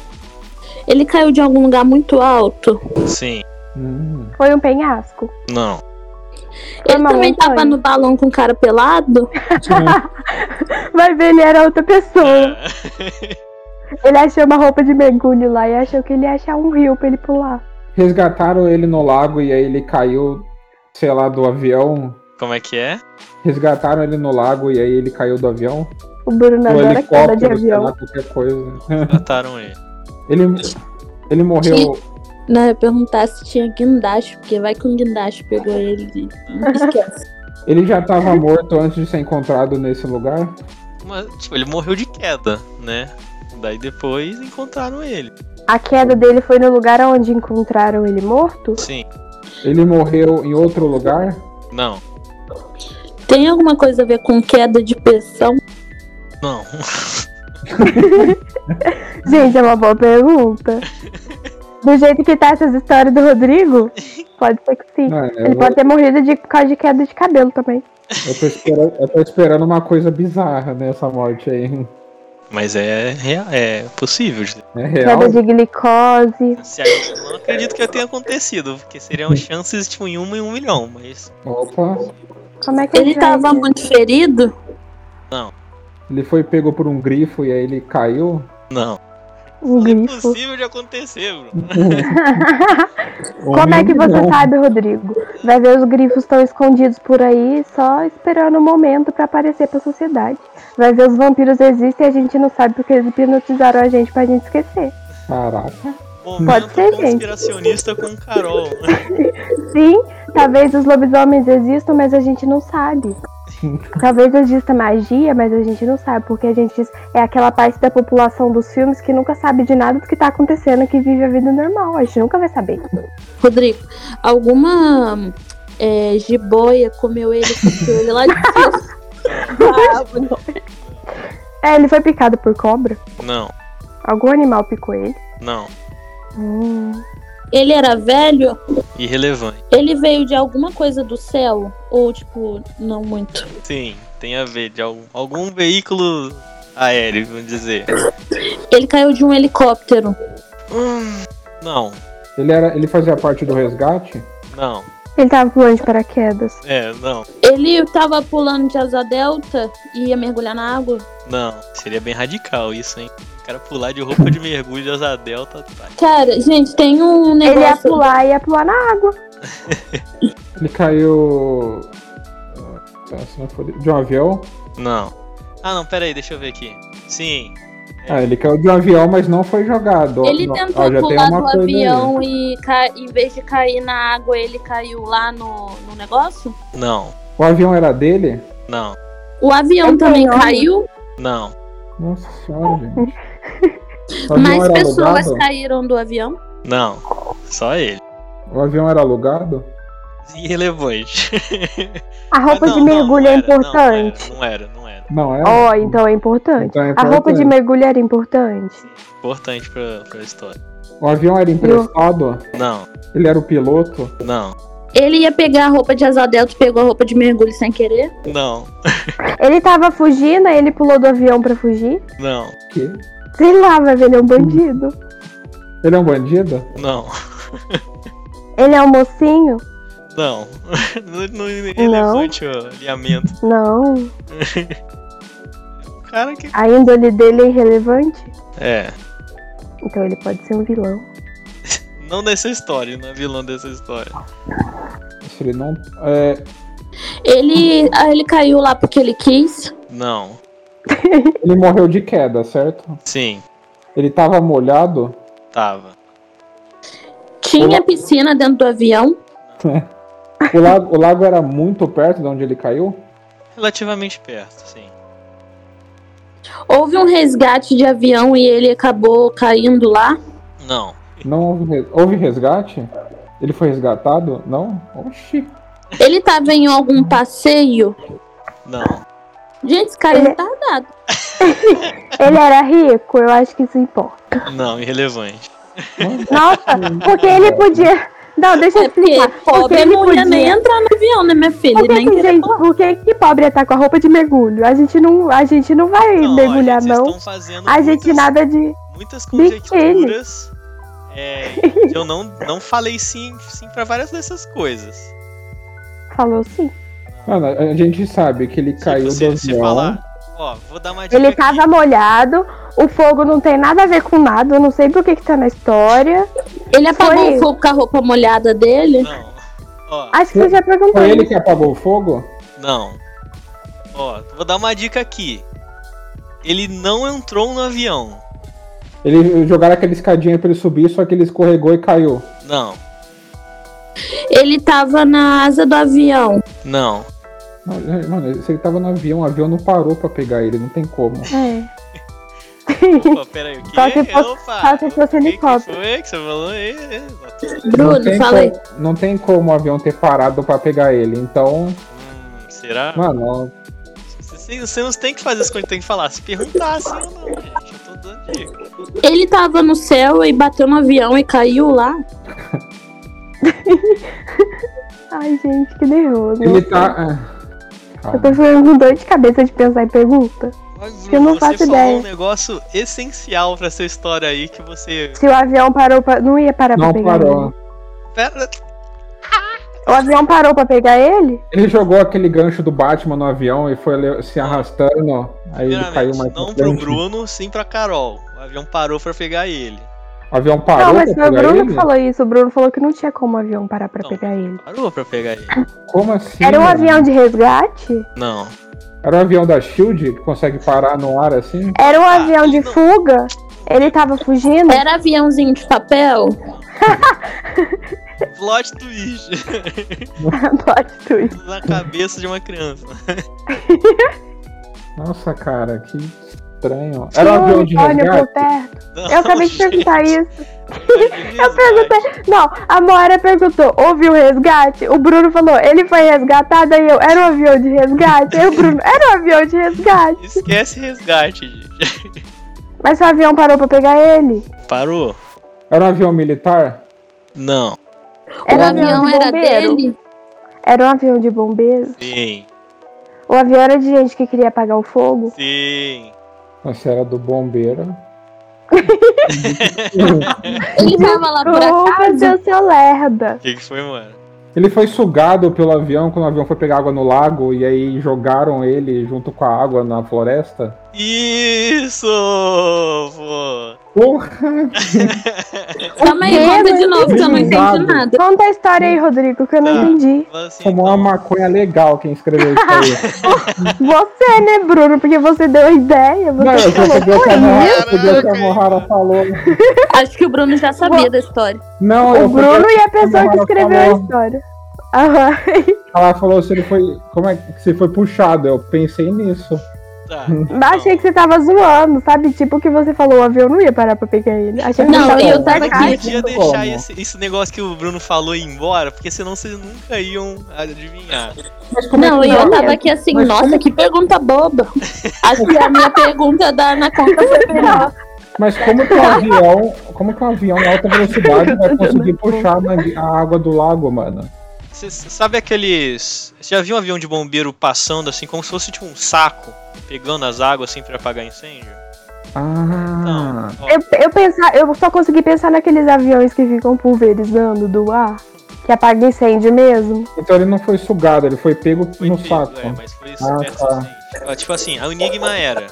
D: Ele caiu de algum lugar muito alto.
A: Sim.
B: Hum.
C: Foi um penhasco?
A: Não.
C: Foi
D: ele
C: uma
D: também
C: montanha?
D: tava no balão com o cara pelado.
C: Vai ver, ele era outra pessoa.
A: É.
C: Ele achou uma roupa de mergulho lá e achou que ele ia achar um rio pra ele pular.
B: Resgataram ele no lago e aí ele caiu, sei lá, do avião.
A: Como é que é?
B: Resgataram ele no lago e aí ele caiu do avião.
C: O Bruno
B: do
C: adora queda de
B: Um helicóptero, né? sei
C: avião.
B: lá, qualquer coisa.
A: Mataram ele.
B: Ele, ele morreu.
D: Não, eu ia perguntar se tinha guindaste, porque vai que um guindaste pegou ele. e- Esquece.
B: Ele já tava morto antes de ser encontrado nesse lugar?
A: Mas, tipo, ele morreu de queda, né? Daí depois encontraram ele.
C: A queda dele foi no lugar onde encontraram ele morto?
A: Sim.
B: Ele morreu em outro lugar?
A: Não.
D: Tem alguma coisa a ver com queda de pressão?
A: Não.
C: Gente, é uma boa pergunta. Do jeito que tá essas histórias do Rodrigo, pode ser que sim.
B: Ah, eu,
C: Ele pode ter morrido de, por causa de queda de cabelo também.
B: eu, tô esperando, eu tô esperando uma coisa bizarra nessa morte aí.
A: Mas é, rea- é possível. de-
B: É
C: Queda
B: real?
C: de glicose.
A: Se a- Eu não acredito que tenha acontecido, porque seriam chances tipo, em uma em um milhão, mas.
B: Opa.
C: Como é que
D: Ele
C: vai
D: tava
C: ver?
D: muito ferido?
B: Ele foi pego por um grifo e aí ele caiu.
A: Não.
C: um
A: Não é
C: grifo?
A: possível de acontecer, Bruno.
C: Como é que você
B: Não.
C: sabe, Rodrigo? Vai ver os grifos estão escondidos por aí, só esperando o momento pra aparecer pra sociedade. Vai ver os vampiros existem e a gente não sabe porque eles hipnotizaram a gente pra gente esquecer.
B: Caraca.
A: Momento
C: ser, gente.
A: conspiracionista com Carol. né?
C: Sim, talvez os lobisomens existam, mas a gente não sabe. Talvez exista magia, mas a gente não sabe, porque a gente é aquela parte da população dos filmes que nunca sabe de nada do que tá acontecendo, que vive a vida normal. A gente nunca vai saber.
D: Rodrigo, alguma é, jiboia comeu ele puxou ele lá de cima?
C: É, ele foi picado por cobra?
A: Não,
C: Algum animal picou ele?
A: não.
C: Hum.
D: Ele era velho?
A: Irrelevante.
D: Ele veio de alguma coisa do céu? Ou, tipo, não muito?
A: Sim, tem a ver de algum, algum veículo aéreo, vamos dizer.
D: Ele caiu de um helicóptero.
A: Hum, não,
B: Ele, era, ele fazia parte do resgate?
A: não,
C: Ele tava pulando de paraquedas.
A: é, não,
D: Ele tava pulando de asa delta e ia mergulhar na água.
A: não. Seria bem radical isso, hein? O cara pular de roupa de mergulho de asa delta, tá.
D: Cara, gente, tem um
C: Ele ia
D: negócio.
C: pular e ia pular na água.
B: Ele caiu. Tá, se não for de- De um avião?
A: Não. Ah, não, pera aí, deixa eu ver aqui. Sim,
B: Ah, ele caiu de um avião, mas não foi jogado.
D: Ele
B: Ó,
D: tentou
B: ó, já tem
D: pular
B: uma
D: do
B: coisa aí.
D: avião e ca- em vez de cair na água, ele caiu lá no, no negócio?
A: não,
B: O avião era dele?
A: não,
D: O avião
C: Ele
D: também
C: caiu.
D: caiu,
A: não,
B: Nossa senhora, gente. O avião
D: mais
B: era
D: pessoas
B: alugado?
D: caíram do avião.
A: não. Só ele.
B: O avião era alugado?
A: Irrelevante.
C: A roupa
A: Ah, não,
C: de
A: não,
C: mergulho
A: não
C: é
A: era,
C: importante.
A: Não era, não era, não era.
B: Não era?
C: Ó, então é importante.
B: Então é
C: A roupa de
B: importante.
C: mergulho era importante.
A: Importante pra, pra história.
B: O avião era emprestado?
A: Não,
B: Ele era o piloto?
A: não,
D: Ele ia pegar a roupa de asa delta, pegou a roupa de mergulho sem querer.
A: não,
C: Ele tava fugindo, aí ele pulou do avião pra fugir.
A: não,
B: Que?
C: Sei lá, vai ver, ele é um bandido.
B: Ele é um bandido?
A: não,
C: Ele é um mocinho?
A: não. Não, não é irrelevante o alinhamento.
C: Não.
A: O cara que.
C: A índole dele é irrelevante?
A: É.
C: Então ele pode ser um vilão.
A: Não dessa história, não é vilão dessa história.
B: Se ele não. É,
D: Ele, ah, ele caiu lá porque ele quis.
A: Não.
B: ele morreu de queda, certo?
A: Sim,
B: Ele tava molhado?
A: tava.
D: Tinha piscina dentro do avião.
B: né? O lago, o lago era muito perto de onde ele caiu?
A: Relativamente perto, sim.
D: Houve um resgate de avião e ele acabou caindo lá.
A: Não.
B: Não houve, res- houve resgate? Ele foi resgatado? Não? Oxi.
D: Ele tava em algum passeio.
A: Não.
D: Gente, esse cara é retardado.
C: Ele era rico, eu acho que isso importa.
A: Não, irrelevante.
C: Nossa, porque ele podia. Não, deixa eu
D: É porque
C: explicar. Porque
D: pobre
C: ele
D: não ia
C: podia.
D: nem entrar no avião, né, minha filha?
C: Por que,
D: Nem
C: que,
D: queria
C: gente,
D: pular.
C: por que, que pobre tá com a roupa de mergulho? A gente não, a gente não vai mergulhar,
A: olha, vocês
C: não.
A: Estão fazendo
C: A gente
A: muitas,
C: nada de.
A: muitas conjecturas. é, que eu não, não falei sim, sim pra várias dessas coisas.
C: Falou sim.
B: Mano, a gente sabe que ele caiu
A: se,
B: do
A: se
B: avião.
A: falar. Ó, vou dar uma dica.
C: Ele
A: aqui.
C: tava molhado, o fogo não tem nada a ver com nada, eu não sei por que, que tá na história.
D: Ele apagou
C: Foi.
D: o fogo com a roupa molhada dele.
A: Não. Ó,
C: Acho que você já perguntou.
B: Foi ele
C: isso.
B: que apagou o fogo?
A: não. Ó, vou dar uma dica aqui. Ele não entrou no avião.
B: Ele jogaram aquela escadinha pra ele subir, só que ele escorregou e caiu.
A: Não.
D: Ele tava na asa do avião.
A: Não.
B: Não, é, Mano, se ele tava no avião, o avião não parou pra pegar ele, não tem como.
C: É.
B: É.
A: Opa, peraí, o quê?
C: Só Tá se fosse-
A: Opa,
C: só se fosse
A: o que que
C: helicóptero.
A: Foi que você falou aí. Hum,
B: não,
D: Bruno,
B: tem
D: fala aí.
B: como, não tem como o avião ter parado pra pegar ele. Então,
A: será?
B: mano,
A: Você, você não tem que fazer as coisas que tem que falar. Se perguntar, sim ou não, gente. Eu tô dando aqui.
D: Ele tava no céu e bateu no avião e caiu lá.
C: Ai, gente, que nervoso.
B: Ele tá.
C: Eu tô ficando com dor de cabeça de pensar em pergunta.
A: Mas,
C: Eu não
A: você
C: faço
A: falou
C: ideia.
A: um negócio essencial pra sua história aí que você.
C: Se o avião parou pra... Não ia parar
B: Não
C: pra pegar
B: parou.
A: Pera,
C: ele. O avião parou pra pegar ele?
B: Ele jogou aquele gancho do Batman no avião e foi le- se arrastando. Aí ele caiu
A: primeiramente,
B: mais
A: não
B: pra
A: pro
B: frente.
A: Bruno, sim pra Carol. O avião parou pra pegar ele.
B: O avião
C: não,
B: parou
C: mas
B: pra
C: foi o
B: pegar
C: Bruno
B: ele?
C: que falou isso. O Bruno falou que não tinha como o avião parar pra
A: Não.
C: pegar ele.
A: Parou pra pegar ele.
B: Como assim?
C: Era um
B: mano?
C: avião de resgate?
A: Não.
B: Era um avião da Shield que consegue parar no ar assim?
C: Era um
A: Ah,
C: avião de
A: não. É.
C: fuga? Ele tava fugindo?
D: Era aviãozinho de papel?
A: Plot twist
C: Plot twist.
A: na cabeça de uma criança.
B: Nossa, cara, que estranho. Era um avião de
C: Tinha um unicórnio por
B: resgate?
C: perto.
A: Não,
C: Eu acabei de
A: gente,
C: perguntar isso.
A: Eu
C: perguntei. Não, a Moara perguntou, houve o resgate? O Bruno falou, ele foi resgatado, aí eu, era um avião de resgate? Aí o Bruno, era um avião de resgate.
A: Esquece resgate, gente.
C: Mas o avião parou pra pegar ele.
A: Parou?
B: Era um avião militar?
A: Não.
D: o
C: Era um
D: avião
C: de
D: era
C: bombeiro.
D: dele?
C: Era um avião de bombeiros.
A: Sim,
C: O avião era de gente que queria apagar o fogo.
A: sim.
B: Nossa, era do bombeiro.
D: Ele tava lá por
B: Oh,
C: Desculpa,
D: acaso?
C: seu, Oh, seu lerda.
A: O que, que foi, mano?
B: Ele foi sugado pelo avião quando o avião foi pegar água no lago e aí jogaram ele junto com a água na floresta.
A: Isso! Pô.
B: Porra!
D: Calma aí, conta de novo que eu não entendi
B: Obrigado.
D: nada.
C: Conta a história aí, Rodrigo, que eu não
B: Ah.
A: Tá.
C: entendi.
A: Fala assim,
B: Fumou uma
A: então,
B: maconha legal quem escreveu isso aí.
C: Você, né, Bruno? Porque você deu a ideia. Você
B: Não, eu só
C: falou,
B: sabia o que a Mohara- eu
A: Caraca.
B: sabia o que a Mohara falou.
D: Acho que o Bruno já sabia da história.
B: Não,
C: o
B: eu
C: Bruno e a pessoa que
B: Mara
C: escreveu a
B: falou.
C: história. Aham.
B: ela falou se ele foi. Como é que se foi puxado? Eu pensei nisso.
A: tá.
C: Mas achei que você tava zoando, sabe? Tipo que você falou, o avião não ia parar pra pegar ele. Achei que
D: Não,
C: você tava
D: eu
C: zoando.
D: tava
A: Mas é
D: aqui.
A: podia
B: Como?
A: deixar esse, esse negócio que o Bruno falou ir embora, porque senão vocês nunca iam adivinhar.
B: Mas como
D: Não,
B: é
D: e
B: que
D: eu
C: não?
D: tava aqui assim,
B: Mas
D: nossa,
B: como-
D: que pergunta boba. Acho que a minha pergunta da Ana Conta foi melhor.
B: Mas como que um avião, como que um avião em alta velocidade vai conseguir puxar na- a água do lago, mano?
A: Você sabe aqueles. Você já viu um avião de bombeiro passando assim, como se fosse tipo um saco, pegando as águas assim pra apagar incêndio?
B: Ah,
A: Então, ó,
C: Eu, eu, pensar, eu só consegui pensar naqueles aviões que ficam pulverizando do ar, que apaga incêndio mesmo.
B: então ele não foi sugado, ele foi pego
A: foi
B: no
A: pego,
B: saco.
A: é, mas foi
B: Ah,
A: perto
B: tá.
A: assim. Ó, Tipo assim, o enigma era: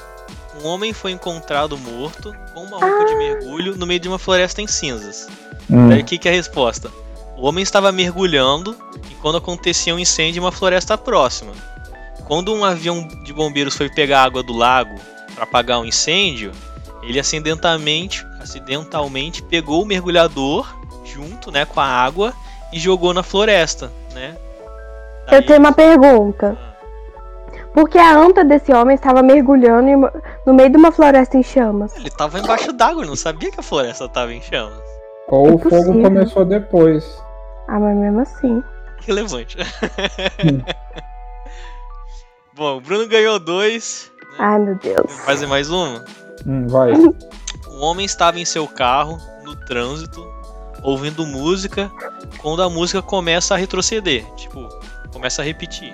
A: um homem foi encontrado morto com uma roupa
C: Ah.
A: de mergulho no meio de uma floresta em cinzas. Daí o que, que é a resposta? O homem estava mergulhando e quando acontecia um incêndio em uma floresta próxima. Quando um avião de bombeiros foi pegar a água do lago para apagar um incêndio, ele acidentalmente, acidentalmente pegou o mergulhador junto, né, com a água e jogou na floresta, né? ah, Daí-
C: Eu tenho uma pergunta. Porque a anta desse homem estava mergulhando em uma- no meio de uma floresta em chamas.
A: Ele tava embaixo d'água, ele não sabia que a floresta tava em chamas.
B: Ou o
C: Impossível.
B: fogo começou depois.
C: Ah, mas mesmo assim.
A: Relevante.
B: Hum.
A: Bom, o Bruno ganhou dois.
C: Ai, meu Deus.
A: Fazer mais uma?
B: Hum, vai.
A: Um homem estava em seu carro, no trânsito, ouvindo música, quando a música começa a retroceder, tipo, começa a repetir.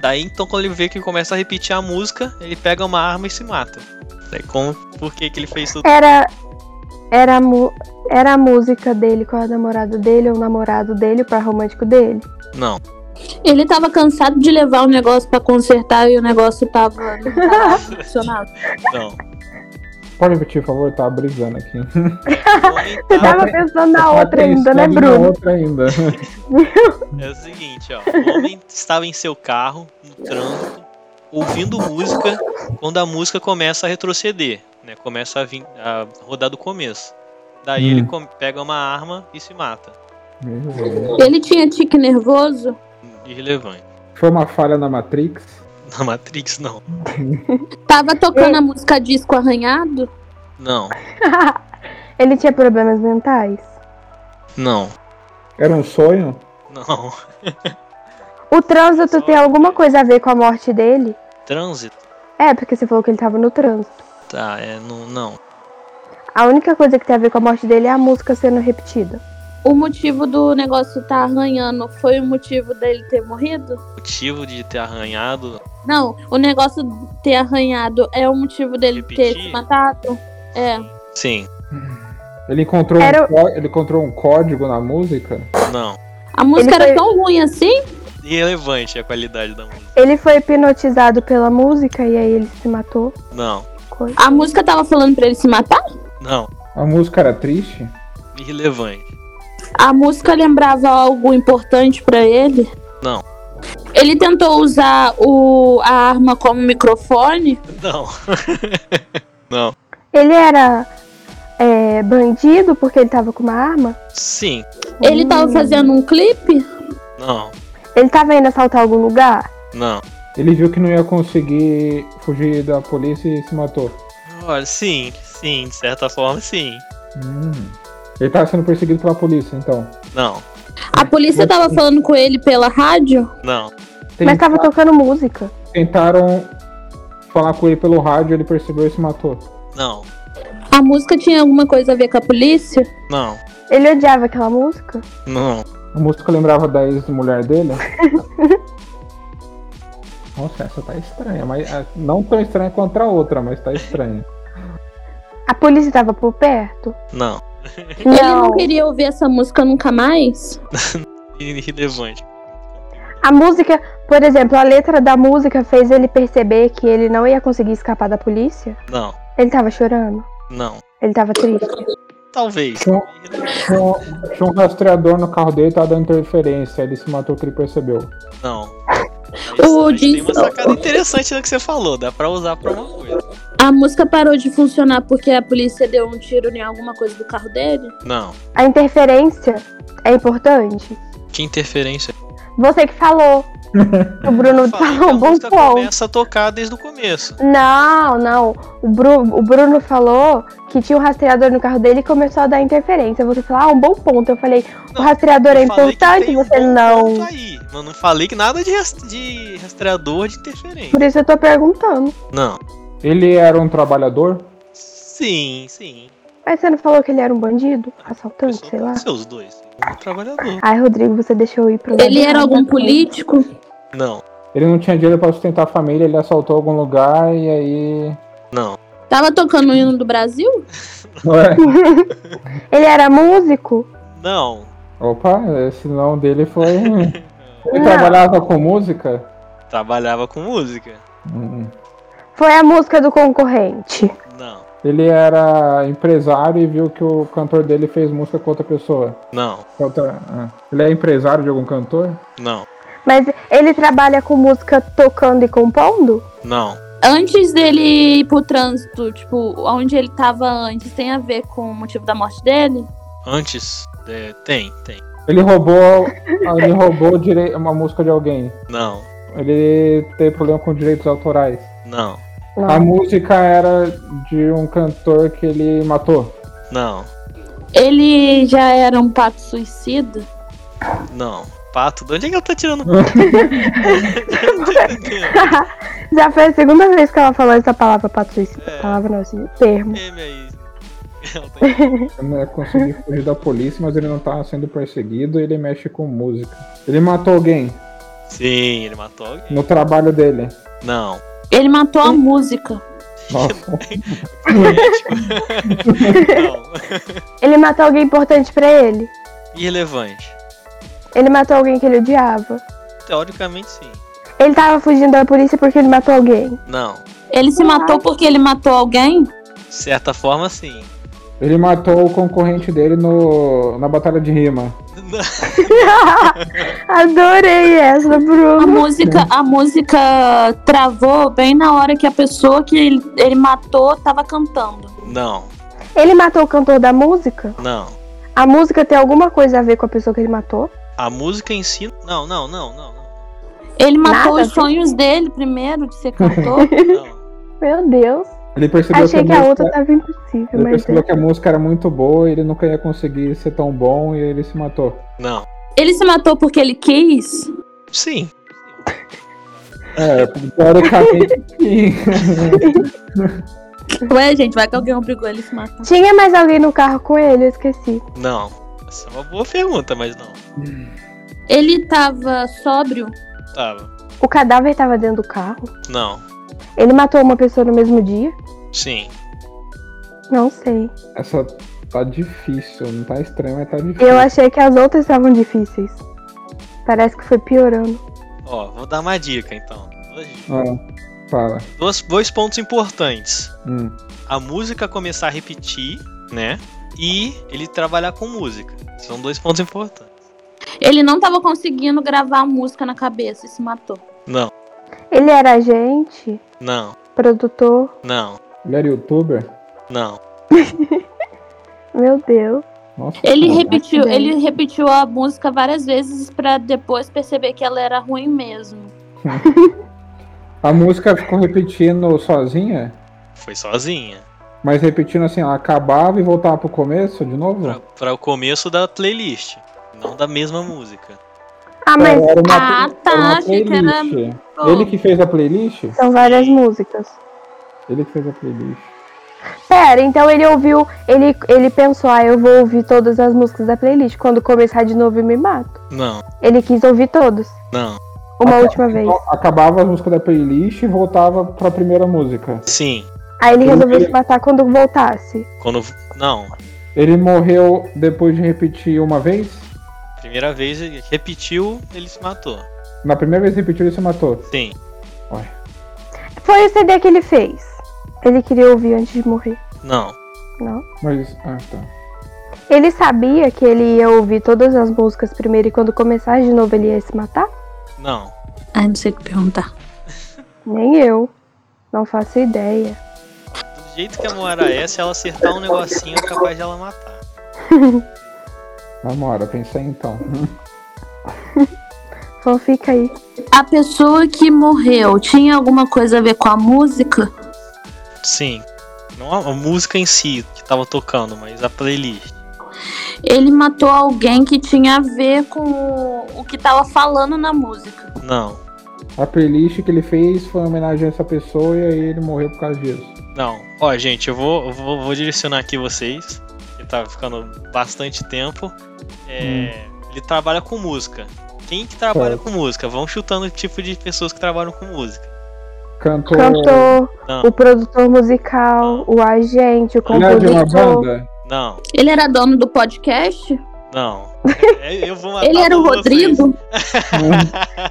A: Daí então quando ele vê que começa a repetir a música, ele pega uma arma e se mata. Daí como, por que que ele fez tudo?
C: Era. Era a, mu- era a música dele com a namorada dele, ou o namorado dele, o par romântico dele.
A: Não.
D: Ele tava cansado de levar o negócio pra consertar e o negócio tava. não tava funcionando.
A: Não.
B: Pode repetir, por favor, tá brisando aqui.
A: O homem
C: Você
A: tava-
C: tava pensando na outra ainda, né,
B: Pensando na
C: Bruno?
B: outra ainda.
A: É o seguinte, ó. O homem estava em seu carro, no trânsito, ouvindo música, quando a música começa a retroceder, né? Começa a, vir- a rodar do começo. Daí
B: Hum.
A: ele com- pega uma arma e se mata.
B: Meu Deus.
D: Ele tinha tique nervoso?
A: Irrelevante.
B: Foi uma falha na Matrix?
A: Na Matrix, não.
D: Tava tocando
C: É.
D: a música disco arranhado?
A: Não.
C: Ele tinha problemas mentais?
A: Não.
B: Era um sonho?
A: Não.
C: O trânsito tem alguma coisa a ver com a morte dele?
A: Trânsito?
C: É, porque você falou que ele tava no trânsito.
A: Tá, é. Não. não.
C: A única coisa que tem a ver com a morte dele é a música sendo repetida.
D: O motivo do negócio tá arranhando foi o motivo dele ter morrido?
A: O motivo de ter arranhado.
D: Não, o negócio ter arranhado é o motivo dele ter
A: Repetir?
D: se matado. É.
A: Sim,
B: Ele encontrou,
C: Era
B: um, có- ele encontrou um código na música?
A: não.
D: A música
C: Ele
D: era
C: foi-
D: tão ruim assim?
A: Irrelevante a qualidade da música.
C: Ele foi hipnotizado pela música e aí ele se matou.
A: Não,
C: Coisa.
D: A música tava falando pra ele se matar?
A: não.
B: A música era triste?
A: Irrelevante.
D: A música lembrava algo importante pra ele?
A: Não.
D: Ele tentou usar o, a arma como microfone?
A: Não. não.
C: Ele era é, bandido porque ele tava com uma arma?
A: Sim,
D: Ele tava
C: Hum.
D: fazendo um clipe?
A: não,
C: Ele tava indo assaltar algum lugar?
A: não.
B: Ele viu que não ia conseguir fugir da polícia e se matou.
A: Olha, sim, sim, de certa forma, sim.
B: Hum. Ele tava sendo perseguido pela polícia, então.
A: Não,
D: A polícia tava falando com ele pela rádio?
A: não,
C: Mas tava
B: Tenta-
C: tocando música.
B: Tentaram falar com ele pelo rádio, ele percebeu e se matou.
A: não,
D: A música tinha alguma coisa a ver com a polícia?
A: não,
C: Ele odiava aquela música?
A: não.
B: A música lembrava da ex-mulher dele? Nossa, essa tá estranha, mas ah, não tão estranha quanto a outra, mas tá estranha.
C: A polícia tava por perto?
A: Não.
D: Ele não queria ouvir essa música nunca mais?
A: Irrelevante.
C: A música, por exemplo, a letra da música fez ele perceber que ele não ia conseguir escapar da polícia?
A: Não,
C: Ele tava chorando?
A: não.
C: Ele tava triste?
A: Talvez.
B: Tinha, tinha um- tinha um rastreador no carro dele, tava dando interferência, ele se matou que ele percebeu.
A: Não.
D: O
A: Mas Tem
D: Jason-
A: uma sacada interessante no que você falou, dá pra usar pra uma coisa.
D: A música parou de funcionar porque a polícia deu um tiro em alguma coisa do carro dele?
A: Não.
C: A interferência é importante?
A: Que interferência.
C: Você que falou. O Bruno
A: Falei que
C: falou
A: a
C: um bom
A: música
C: ponto.
A: começa a tocar desde o começo.
C: Não, não. O Bruno, o Bruno falou que tinha um rastreador no carro dele e começou a dar interferência. Você falou, ah, um bom ponto. Eu falei, o
A: Não,
C: rastreador é
A: Eu falei que
C: importante,
A: tem um
C: você
A: bom
C: não.
A: ponto Aí. Mas não falei que nada de, ras- de rastreador de interferência.
C: Por isso eu tô perguntando.
A: Não.
B: Ele era um trabalhador?
A: Sim, sim.
C: Mas você não falou que ele era um bandido? Assaltante,
A: Pessoa
C: Então, sei lá.
A: pode ser os dois. Um trabalhador.
C: Ai, Rodrigo, você deixou eu ir pro.
D: Ele
C: lado
D: era
C: errado.
D: algum político?
A: Não,
B: Ele não tinha dinheiro pra sustentar a família, ele assaltou algum lugar e aí.
A: não,
D: Tava tocando o hino do Brasil?
B: Ué,
C: Ele era músico?
A: não.
B: Opa, esse não dele foi. Ele
C: Não.
B: trabalhava com música?
A: Trabalhava com música.
B: Hum.
C: Foi a música do concorrente.
A: Não,
B: Ele era empresário e viu que o cantor dele fez música com outra pessoa.
A: não,
B: Com outra- ah. Ele é empresário de algum cantor?
A: não,
C: Mas ele trabalha com música tocando e compondo?
A: não.
D: Antes dele ir pro trânsito, tipo, onde ele tava antes, tem a ver com o motivo da morte dele?
A: Antes, é, tem, tem.
B: Ele roubou, ah, ele roubou direi- uma música de alguém.
A: Não,
B: Ele tem problema com direitos autorais.
A: não,
C: Ah.
B: A música era de um cantor que ele matou.
A: não,
D: Ele já era um pato suicida?
A: não. Pato, de onde é que ela tá tirando pato? Não tô entendendo.
C: Já foi a segunda vez que ela falou essa palavra pra suicida.
A: É.
C: Palavra não, esse termo.
A: Meme aí. Ela tá-
B: Ele não conseguiu fugir da polícia, mas ele não tá sendo perseguido. Ele mexe com música. Ele matou alguém
A: Sim, ele matou alguém.
B: no trabalho dele.
A: Não.
D: Ele matou a música.
B: Nossa,
A: É, tipo, não.
C: Ele matou alguém importante pra ele?
A: Irrelevante.
C: Ele matou alguém que ele odiava?
A: Teoricamente, sim.
C: Ele tava fugindo da polícia porque ele matou alguém?
A: Não.
D: Ele se
C: Uau.
D: matou porque ele matou alguém?
A: De certa forma, sim.
B: ele matou o concorrente dele no, na batalha de rima.
A: Não,
C: Adorei essa,
D: A
C: Bruno.
D: música, a música travou bem na hora que a pessoa que ele, ele matou tava cantando.
A: não,
C: Ele matou o cantor da música?
A: não.
C: A música tem alguma coisa a ver com a pessoa que ele matou?
A: A música em si. Não, não, não, não. não.
D: Ele
C: Nada
D: matou
C: a
D: os
C: ver.
D: sonhos dele primeiro de ser cantor.
A: Não.
C: Meu Deus.
B: Ele percebeu
C: Achei que
B: música-
C: a outra tava impossível,
B: Ele
C: mas. é.
D: é.
B: percebeu que a música era muito boa, ele nunca ia conseguir ser tão bom e ele se matou.
A: Não.
D: ele se matou porque ele quis?
A: Sim.
B: É, teoricamente. sim.
D: Ué, gente, vai que alguém obrigou ele a se matar.
C: Tinha mais alguém no carro com ele, eu esqueci.
A: Não. Essa é uma boa pergunta, mas não.
D: Ele tava sóbrio?
A: Tava.
C: O cadáver tava dentro do carro.
A: Tá. Não.
C: Ele matou uma pessoa no mesmo dia?
A: Sim.
C: Não sei.
B: Essa tá difícil, não tá estranho, mas tá difícil.
C: Eu achei que as outras estavam difíceis. Parece que foi piorando.
A: Ó, vou dar uma dica então. Duas dicas.
B: Ah, fala.
A: Duas- dois pontos importantes.
B: Hum.
A: A música começar a repetir, né? E ele trabalhar com música. São dois pontos importantes.
D: Ele não tava conseguindo gravar a música na cabeça e se matou.
A: Não,
C: Ele era agente,
A: não,
C: produtor.
A: não,
B: Ele era youtuber?
A: não.
C: Meu Deus.
B: Nossa.
D: Ele
B: cara.
D: repetiu,
C: bem.
D: ele repetiu a música várias vezes pra depois perceber que ela era ruim mesmo.
B: A música ficou repetindo sozinha?
A: Foi sozinha.
B: Mas repetindo assim, ela acabava e voltava pro começo de novo?
A: Pra, pra o começo da playlist. Não da mesma música.
C: Ah, mas
B: Era um uma-
D: Ah, tá,
B: era uma
D: achei que era-
B: playlist. Ele que fez a playlist?
C: são várias músicas.
B: Ele que fez a playlist.
C: Pera, então ele ouviu, ele, ele pensou, ah, eu vou ouvir todas as músicas da playlist. Quando começar de novo, eu me mato.
A: Não,
C: Ele quis ouvir todas.
A: não.
C: Uma última vez.
B: Então, acabava a música da playlist e voltava pra primeira música.
A: Sim.
C: Aí ele
B: Então,
C: resolveu
B: ele-
C: se matar quando voltasse.
A: Quando. Não.
B: Ele morreu depois de repetir uma vez?
A: Primeira vez ele repetiu, ele se matou.
B: Na primeira vez que repetiu, ele se matou.
A: Sim.
C: Foi o CD que ele fez. Ele queria ouvir antes de morrer.
A: Não.
C: Não.
B: Mas. Ah, tá.
C: Ele sabia que ele ia ouvir todas as músicas primeiro e quando começar de novo ele ia se matar?
A: Não.
D: Ai, não sei o que perguntar.
C: Nem eu. Não faço ideia.
A: Do jeito que a Moara é, se ela acertar um negocinho, é capaz de ela matar.
B: Namora, pensei então.
C: Fanfica Então aí.
D: A pessoa que morreu tinha alguma coisa a ver com a música?
A: Sim. Não a a música em si que tava tocando, mas a playlist.
D: Ele matou alguém que tinha a ver com o que tava falando na música.
A: Não.
B: A playlist que ele fez foi uma homenagem a essa pessoa e aí ele morreu por causa disso.
A: Não. Ó, gente, eu vou, eu vou, vou direcionar aqui vocês. Que tá ficando bastante tempo. É,
D: Hum.
A: Ele trabalha com música. Quem que trabalha
B: Certo.
A: com música? Vão chutando o tipo de pessoas que trabalham com música.
B: Cantou.
C: Cantor,
A: Não,
C: o produtor musical, o agente, o
B: Ele era é de uma
C: compositor.
B: banda?
A: não,
D: Ele era dono do podcast?
A: não. É, Eu vou matar
D: Ele era o
A: todos
D: Rodrigo?
A: vocês.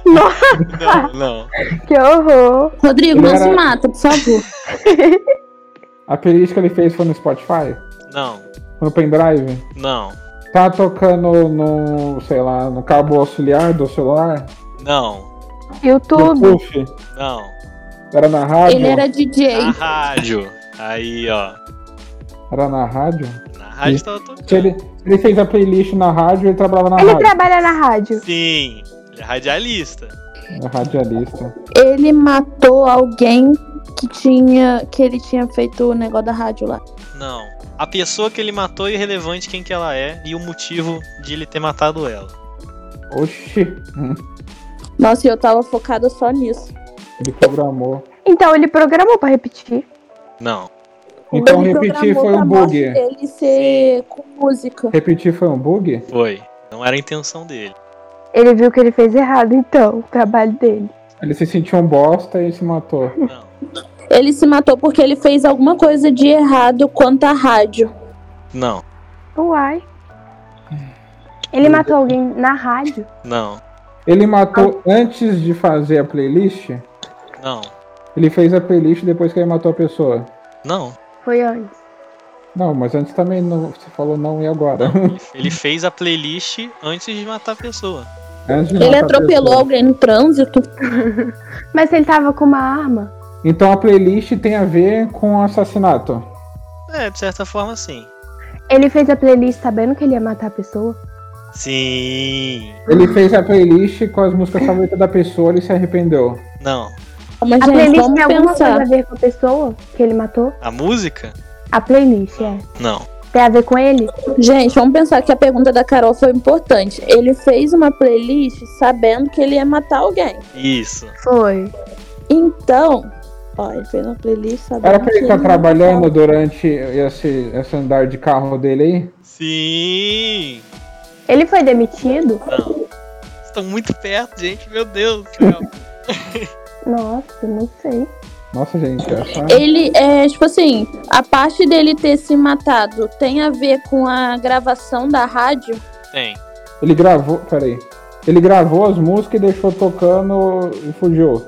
A: Não, não.
C: Que horror!
D: Rodrigo,
B: Ele
D: não se
B: era-
D: mata, por favor.
B: a playlist que ele fez foi no Spotify?
A: Não,
B: No pendrive?
A: não,
B: Tá tocando no, sei lá, no cabo auxiliar do celular?
A: não,
C: YouTube,
B: No puff?
A: não.
B: Era na rádio?
D: Ele era DJ.
A: Na rádio. Aí, ó.
B: Era na rádio?
A: Na rádio tá tava
B: Sim.
A: tocando.
B: Se ele, se ele fez a playlist na rádio, ele trabalhava na
C: ele
B: rádio.
C: trabalha na rádio.
A: Sim, ele é radialista.
B: É Radialista.
D: Ele matou alguém que tinha. que ele tinha feito o negócio da rádio lá.
A: Não. A pessoa que ele matou é irrelevante quem que ela é e o motivo de ele ter matado ela.
B: Oxi, hum,
D: Nossa, e eu tava focada só nisso.
B: ele programou.
C: Então ele programou pra repetir.
A: Não,
B: Então
D: Ele
B: repetir foi um
D: programou pra
B: bug.
D: Ele ser com música.
B: Repetir foi um bug?
A: foi. Não era a intenção dele.
C: Ele viu que ele fez errado, então, o trabalho dele.
B: Ele se sentiu um bosta e se matou.
A: Não,
D: Ele se matou porque ele fez alguma coisa de errado quanto à rádio.
A: não,
C: Uai.
D: É.
C: Ele matou alguém na rádio.
A: não,
B: Ele matou antes de fazer a playlist?
A: não,
B: Ele fez a playlist depois que ele matou a pessoa.
A: não.
C: Foi antes.
B: Não, mas antes também não, você falou não e agora?
A: Ele fez a playlist antes de matar a pessoa.
B: Antes de
D: Ele
B: matar a
D: atropelou
B: pessoa.
D: alguém no trânsito.
C: Mas ele tava com uma arma.
B: Então a playlist tem a ver com assassinato.
A: É, de certa forma, sim.
C: Ele fez a playlist sabendo que ele ia matar a pessoa.
A: Sim.
B: Ele fez a playlist com as músicas favoritas da pessoa e se arrependeu.
A: Não.
D: Mas,
C: A
D: gente,
C: playlist
D: vamos
C: tem alguma coisa
D: pensar.
C: a ver com a pessoa que ele matou?
A: A música?
C: A playlist, é.
A: Não.
C: Tem a ver com ele?
D: Gente, vamos pensar que a pergunta da Carol foi importante. Ele fez uma playlist sabendo que ele ia matar alguém.
A: Isso.
C: Foi.
D: Então, Ó, ele fez uma playlist sabendo
B: Era pra ele
D: que
B: estar
D: não
B: trabalhando durante esse, esse andar de carro dele aí?
A: Sim!
C: Ele foi demitido?
A: Não. Vocês estão muito perto, gente. Meu Deus do céu.
C: Nossa, não sei.
B: Nossa, gente, essa...
D: Ele é, tipo assim, a parte dele ter se matado tem a ver com a gravação da rádio?
A: Tem.
B: ele gravou. Peraí. Ele gravou as músicas e deixou tocando e fugiu.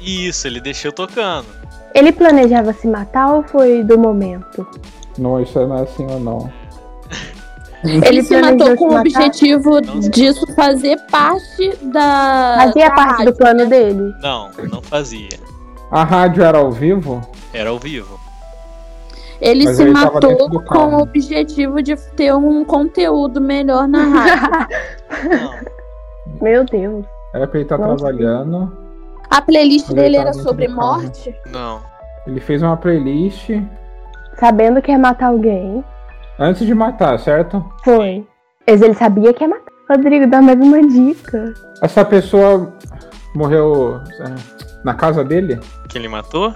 A: Isso, ele deixou tocando.
C: Ele planejava se matar ou foi do momento?
B: Não, isso não é assim ou não.
D: Ele se
C: planejou
D: matou com o
C: matar?
D: objetivo disso fazer parte da.
C: Fazia
D: da né?
C: parte do
D: rádio.
C: plano dele?
A: Não, não fazia.
B: A rádio era ao vivo?
A: Era ao vivo.
D: Ele
B: Mas
D: se
B: ele tava dentro
D: matou
B: do
D: com
B: carro.
D: o objetivo de ter um conteúdo melhor na rádio.
A: Não.
C: Meu Deus.
B: Era pra ele estar
C: Nossa.
B: trabalhando.
D: A playlist
B: Ele
D: dele
B: tava
D: era
B: dentro
D: sobre
B: do carro.
D: morte?
A: Não.
B: Ele fez uma playlist
C: Sabendo que ia matar alguém.
B: antes de matar, certo?
C: Foi. Mas ele sabia que ia matar. Rodrigo, dá mais uma dica.
B: Essa pessoa morreu é, na casa dele?
A: Que ele matou?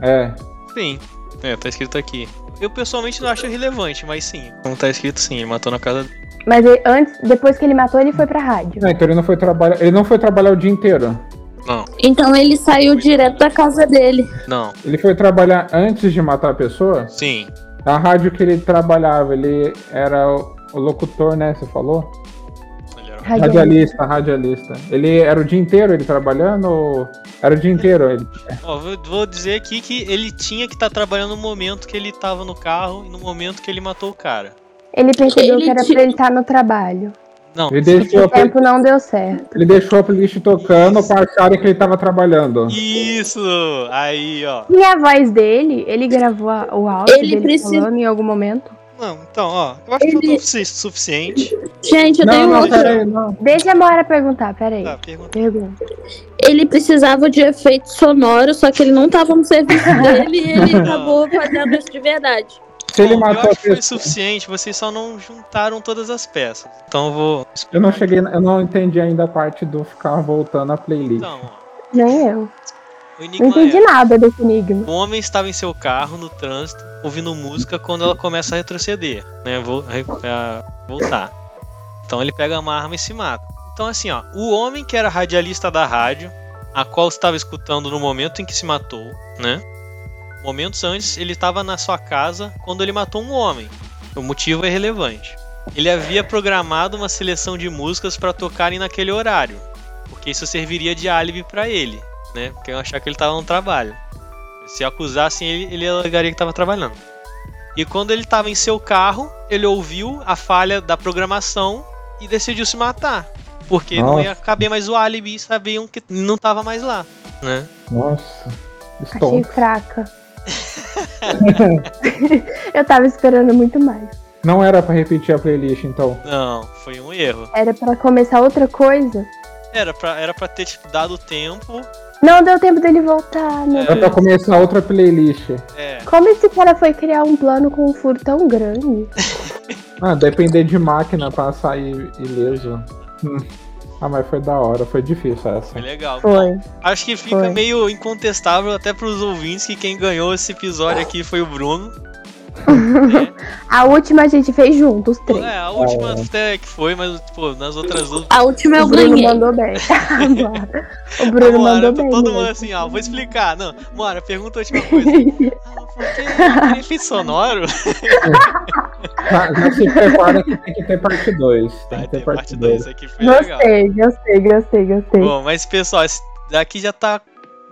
B: É.
A: Sim. É, tá escrito aqui. Eu pessoalmente não acho relevante, mas sim. Como tá escrito, sim, ele matou na casa dele.
C: Mas ele- antes, depois que ele matou, ele foi pra rádio.
B: Não, então ele não foi trabalhar. Ele não foi trabalhar o dia inteiro.
A: Não,
D: Então ele saiu direto da casa dele.
A: não.
B: Ele foi trabalhar antes de matar a pessoa?
A: Sim.
B: A rádio que ele trabalhava, ele era o o locutor, né? Você falou?
A: Ele era-
C: Rádio.
B: Radialista, radialista. Ele era o dia inteiro ele trabalhando? Ou... Era o dia inteiro ele.
A: Ó, vou, vou dizer aqui que ele tinha que estar trabalhando no momento que ele tava no carro e no momento que ele matou o cara.
C: Ele percebeu
D: Ele
C: que era
D: te-
C: pra ele estar no trabalho.
A: Não,
B: Ele deixou,
C: O
B: a play-
C: tempo não deu certo.
B: ele deixou a playlist tocando pra acharem que ele tava trabalhando.
A: Isso! Aí, ó.
C: E a voz dele, ele gravou a- o áudio
D: Ele
C: dele
D: precisa-
C: falando em algum momento?
A: Não, então, ó. Eu acho que eu
D: Ele-
A: tô sufici- suficiente.
D: Gente, eu
B: Não,
D: tenho
B: não,
D: outra.
B: peraí, não.
C: Deixa a Moara perguntar, peraí.
A: Tá, pergunta.
C: Pergunta.
D: Ele precisava de efeito sonoro, só que ele não tava no serviço dele e ele acabou fazendo isso de verdade.
B: Se ele
A: Bom,
B: matou
A: eu
B: a
A: acho que foi
B: pessoa.
A: suficiente, vocês só não juntaram todas as peças. Então eu vou.
B: Eu não cheguei, eu não entendi ainda a parte do ficar voltando a playlist.
A: Então, ó.
C: Nem eu.
A: O
C: Não
A: enigma
C: entendi
A: é.
C: nada desse enigma.
A: O homem estava em seu carro, no trânsito, ouvindo música quando ela começa a retroceder, né? Vou, a voltar. Então ele pega uma arma e se mata. Então, assim, ó, o homem que era radialista da rádio, a qual estava escutando no momento em que se matou, né? Momentos antes, ele estava na sua casa quando ele matou um homem. O motivo é relevante. Ele havia programado uma seleção de músicas para tocarem naquele horário, porque isso serviria de álibi para ele, né? Porque eu achar que ele estava no trabalho. Se acusassem ele, ele alegaria que estava trabalhando. E quando ele estava em seu carro, ele ouviu a falha da programação e decidiu se matar. Porque não
B: Nossa.
A: ia caber mais o álibi e sabiam que não estava mais lá, né?
B: Nossa. Estou.
C: Achei fraca. eu tava esperando muito mais.
B: Não era pra repetir a playlist, então.
A: Não, foi um erro.
C: Era pra começar outra coisa.
A: Era pra, era pra ter tipo, dado tempo.
C: Não deu tempo dele voltar, né?
B: Era pra começar outra playlist.
A: É,
C: Como esse cara foi criar um plano com um furo tão grande?
B: Ah, depender de máquina pra sair ileso. Hum. Ah, mas foi da hora, foi difícil essa.
A: foi legal.
C: Foi.
A: Acho que fica
C: Foi.
A: meio incontestável até pros ouvintes que quem ganhou esse episódio aqui foi o Bruno.
C: A última a gente fez junto, os três.
A: É, a última até que foi, mas pô, nas outras duas.
D: A última eu
C: o Bruno
D: ganhei.
C: mandou bem. Agora. o Bruno
A: Moara,
C: mandou
A: tá
C: bem.
A: todo
C: né?
A: mundo assim, ó, vou explicar. Não, Moara, pergunta a última coisa. ah, porque efeito sonoro?
B: Já, Tá, já se prepara que tem que ter parte 2. Tem
A: Vai
B: que ter
A: ter
B: parte
A: parte 2
B: 2.
A: aqui, foi legal.
C: Gostei, gostei, gostei, gostei.
A: Bom, mas pessoal, esse daqui já tá.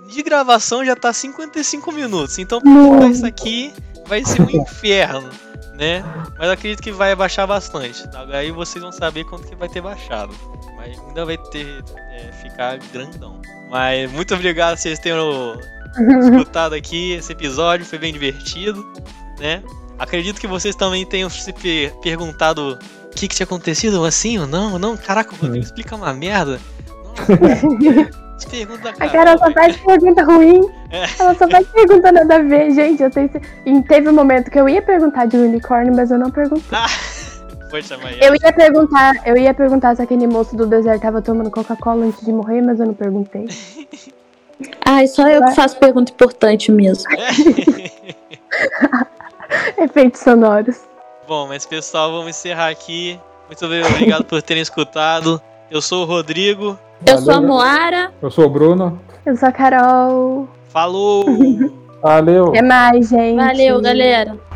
A: De gravação já tá 55 minutos. Então, pra
C: Nossa.
A: isso aqui vai ser um inferno, né? Mas eu acredito que vai baixar bastante. tá? Aí vocês vão saber quanto que vai ter baixado. Mas ainda vai ter. é, ficar grandão. Mas muito obrigado vocês terem
C: Uhum.
A: escutado aqui esse episódio. Foi bem divertido, né? Acredito que vocês também tenham se per- perguntado o que, que tinha acontecido, assim ou não, não? Caraca, o
C: Uhum.
A: Rodrigo explica uma merda. Nossa, pergunta,
C: A Carol só faz pergunta ruim.
A: É.
C: Ela só faz pergunta nada a ver, gente. Eu tenho... cer- E teve um momento que eu ia perguntar de unicórnio, mas eu não perguntei.
A: Poxa, mas
C: Eu ia perguntar, eu ia perguntar se aquele moço do deserto tava tomando Coca-Cola antes de morrer, mas eu não perguntei.
D: Ai, só eu que faço pergunta importante mesmo.
C: Efeitos sonoros.
A: Bom, mas pessoal, vamos encerrar aqui. Muito bem, obrigado por terem escutado. Eu sou o Rodrigo.
D: Eu sou a
B: Valeu.
D: Moara.
B: Eu sou o Bruno.
C: Eu sou a Carol.
A: Falou!
B: Valeu!
C: Até mais, gente.
D: Valeu, galera.